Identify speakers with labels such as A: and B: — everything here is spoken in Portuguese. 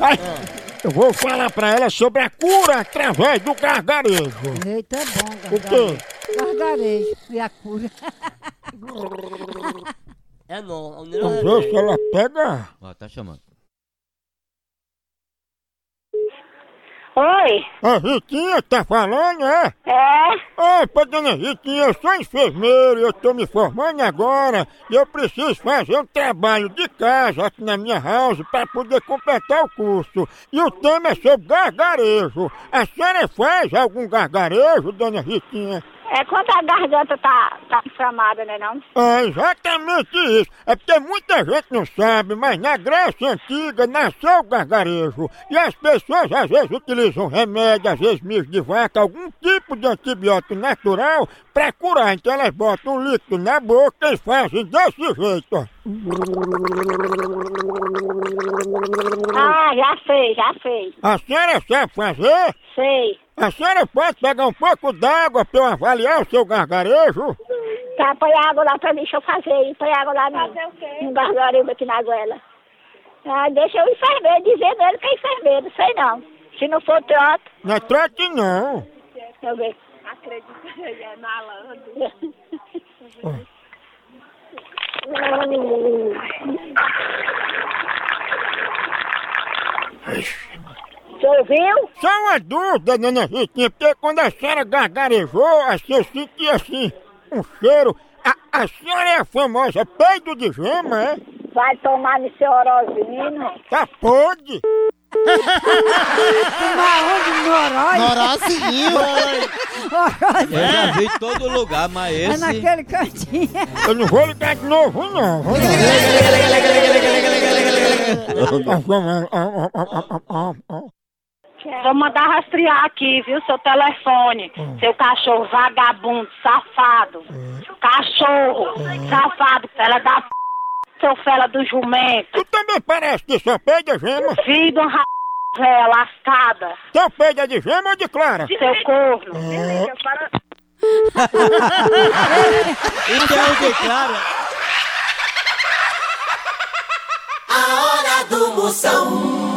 A: Ai, Eu vou falar pra ela sobre a cura através do gargarejo.
B: Eita, é bom,
A: O
B: gargarejo.
A: quê?
B: Gargarejo e a cura.
C: É bom. o
A: Vamos
C: meu-
A: ver se ela pega.
D: Ó, tá chamando.
E: Oi,
A: A Riquinha tá falando, é?
E: é?
A: Ô, pô, dona Riquinha, eu sou enfermeiro, eu tô me formando agora e eu preciso fazer um trabalho de casa aqui na minha house pra poder completar o curso. E o tema é sobre gargarejo. A senhora faz algum gargarejo, dona Riquinha?
E: É quando a garganta tá, tá inflamada, né não?
A: É exatamente isso. É porque muita gente não sabe, mas na Grécia Antiga nasceu o gargarejo. E as pessoas às vezes utilizam remédio, às vezes mijo de vaca, algum tipo de antibiótico natural pra curar. Então elas botam um líquido na boca e fazem desse jeito. ó.
E: Ah, já sei, já sei,
A: A senhora sabe fazer?
E: sei.
A: A senhora pode pegar um pouco d'água pra eu avaliar o seu gargarejo?
E: Tá, põe água lá pra mim, deixa eu fazer aí, põe água lá no, no gargarejo aqui na goela. Ah, deixa o enfermeiro dizer mesmo que é enfermeiro, não sei não. Se não for trote,
A: Não é trote não.
E: eu vejo. Acredito, ele é malandro. É. Você ouviu?
A: Só uma dúvida, dona Ritinha, porque quando a senhora gargarejou, assim, eu senti assim, um cheiro. A, a senhora é a famosa peido de gema, é?
E: Vai tomar no seu orozinho.
A: Tá podre!
B: Marrom de Norói.
F: Norozinho!
D: Eu já vi em todo lugar, mas
B: É
D: esse.
B: naquele cantinho.
A: Eu não vou ligar de novo, não. Vamos lá. Ah, vamos, ah, ah, ah, ah, ah, ah.
G: Vou mandar rastrear aqui, viu, seu telefone. Seu cachorro vagabundo, safado. Cachorro, safado, fela da p... Seu fela do jumento.
A: Tu também parece que só peida gema.
G: Filho de uma ra... véia lascada.
A: Teu peido é de gema ou de clara?
G: Seu corno.
D: E tem é o de clara.
H: A hora do Moção.